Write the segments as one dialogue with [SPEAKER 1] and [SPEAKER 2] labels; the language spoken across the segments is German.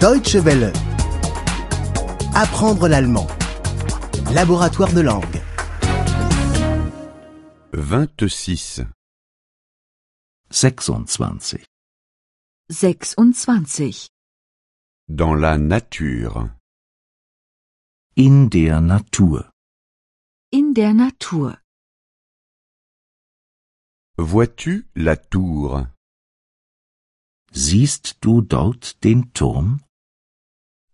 [SPEAKER 1] Deutsche Welle. Apprendre l'allemand. Laboratoire de langue.
[SPEAKER 2] 26.
[SPEAKER 3] 26.
[SPEAKER 4] 26.
[SPEAKER 2] Dans la nature.
[SPEAKER 3] In der Natur.
[SPEAKER 4] In der Natur.
[SPEAKER 2] Vois-tu la tour
[SPEAKER 3] Siehst du dort den Turm?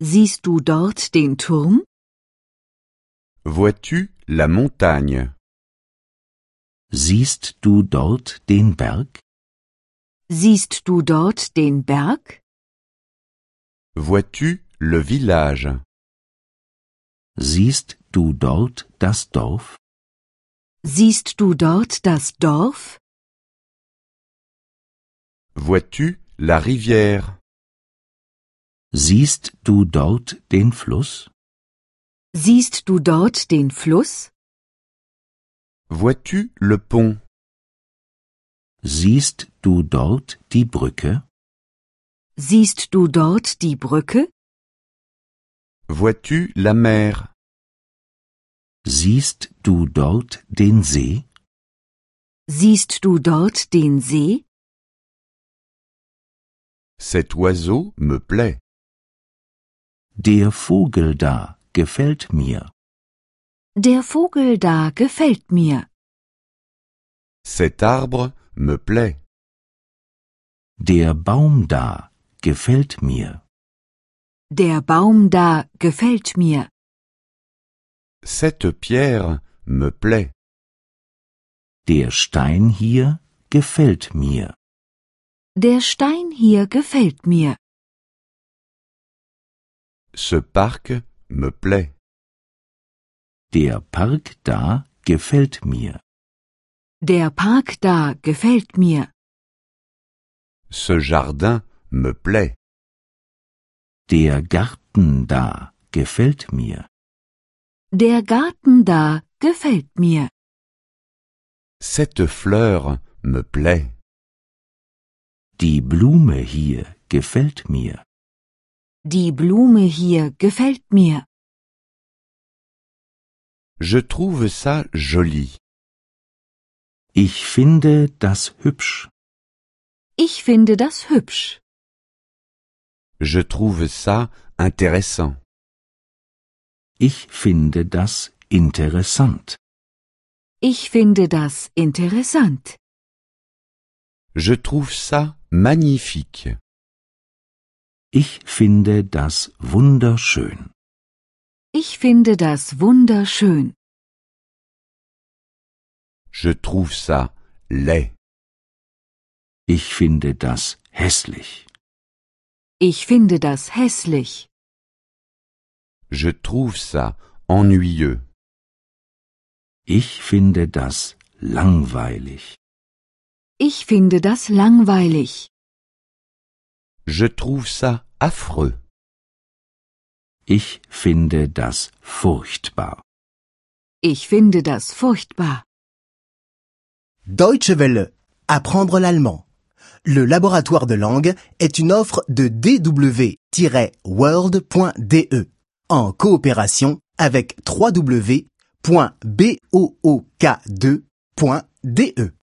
[SPEAKER 4] Siehst du dort den Turm?
[SPEAKER 2] Vois-tu la montagne
[SPEAKER 3] Siehst du dort den Berg?
[SPEAKER 4] Siehst du dort den Berg?
[SPEAKER 2] Vois-tu le village
[SPEAKER 3] Siehst du dort das Dorf?
[SPEAKER 4] Siehst du dort das Dorf?
[SPEAKER 2] Vois-tu la rivière
[SPEAKER 3] Siehst du dort den Fluss?
[SPEAKER 4] Siehst du dort den Fluss?
[SPEAKER 2] Vois-tu le pont
[SPEAKER 3] Siehst du dort die Brücke?
[SPEAKER 4] Siehst du dort die Brücke?
[SPEAKER 2] Vois-tu la mer
[SPEAKER 3] Siehst du dort den See?
[SPEAKER 4] Siehst du dort den See?
[SPEAKER 2] Cet oiseau me plaît.
[SPEAKER 3] Der Vogel da gefällt mir.
[SPEAKER 4] Der Vogel da gefällt mir.
[SPEAKER 2] Cet arbre me plaît.
[SPEAKER 3] Der Baum da gefällt mir.
[SPEAKER 4] Der Baum da gefällt mir.
[SPEAKER 2] Cette pierre me plaît.
[SPEAKER 3] Der Stein hier gefällt mir.
[SPEAKER 4] Der Stein hier gefällt mir.
[SPEAKER 2] Ce parc me plaît.
[SPEAKER 3] Der Park da gefällt mir.
[SPEAKER 4] Der Park da gefällt mir.
[SPEAKER 2] Ce jardin me plaît.
[SPEAKER 3] Der Garten da gefällt mir.
[SPEAKER 4] Der Garten da gefällt mir.
[SPEAKER 2] Cette fleur me plaît.
[SPEAKER 3] Die Blume hier gefällt mir.
[SPEAKER 4] Die Blume hier gefällt mir.
[SPEAKER 2] Je trouve ça joli.
[SPEAKER 3] Ich finde das hübsch.
[SPEAKER 4] Ich finde das hübsch.
[SPEAKER 2] Je trouve ça intéressant.
[SPEAKER 3] Ich finde das interessant.
[SPEAKER 4] Ich finde das interessant.
[SPEAKER 2] Je trouve ça magnifique.
[SPEAKER 3] Ich finde das wunderschön.
[SPEAKER 4] Ich finde das wunderschön.
[SPEAKER 2] Je trouve ça laid.
[SPEAKER 3] Ich finde das hässlich.
[SPEAKER 4] Ich finde das hässlich.
[SPEAKER 2] Je trouve ça ennuyeux.
[SPEAKER 3] Ich finde das langweilig.
[SPEAKER 4] Ich finde das langweilig.
[SPEAKER 2] Je trouve ça affreux.
[SPEAKER 3] Ich finde das furchtbar.
[SPEAKER 4] Ich finde das furchtbar.
[SPEAKER 1] Deutsche Welle. Apprendre l'allemand. Le laboratoire de langue est une offre de dw-world.de E. en coopération avec www.book2.de.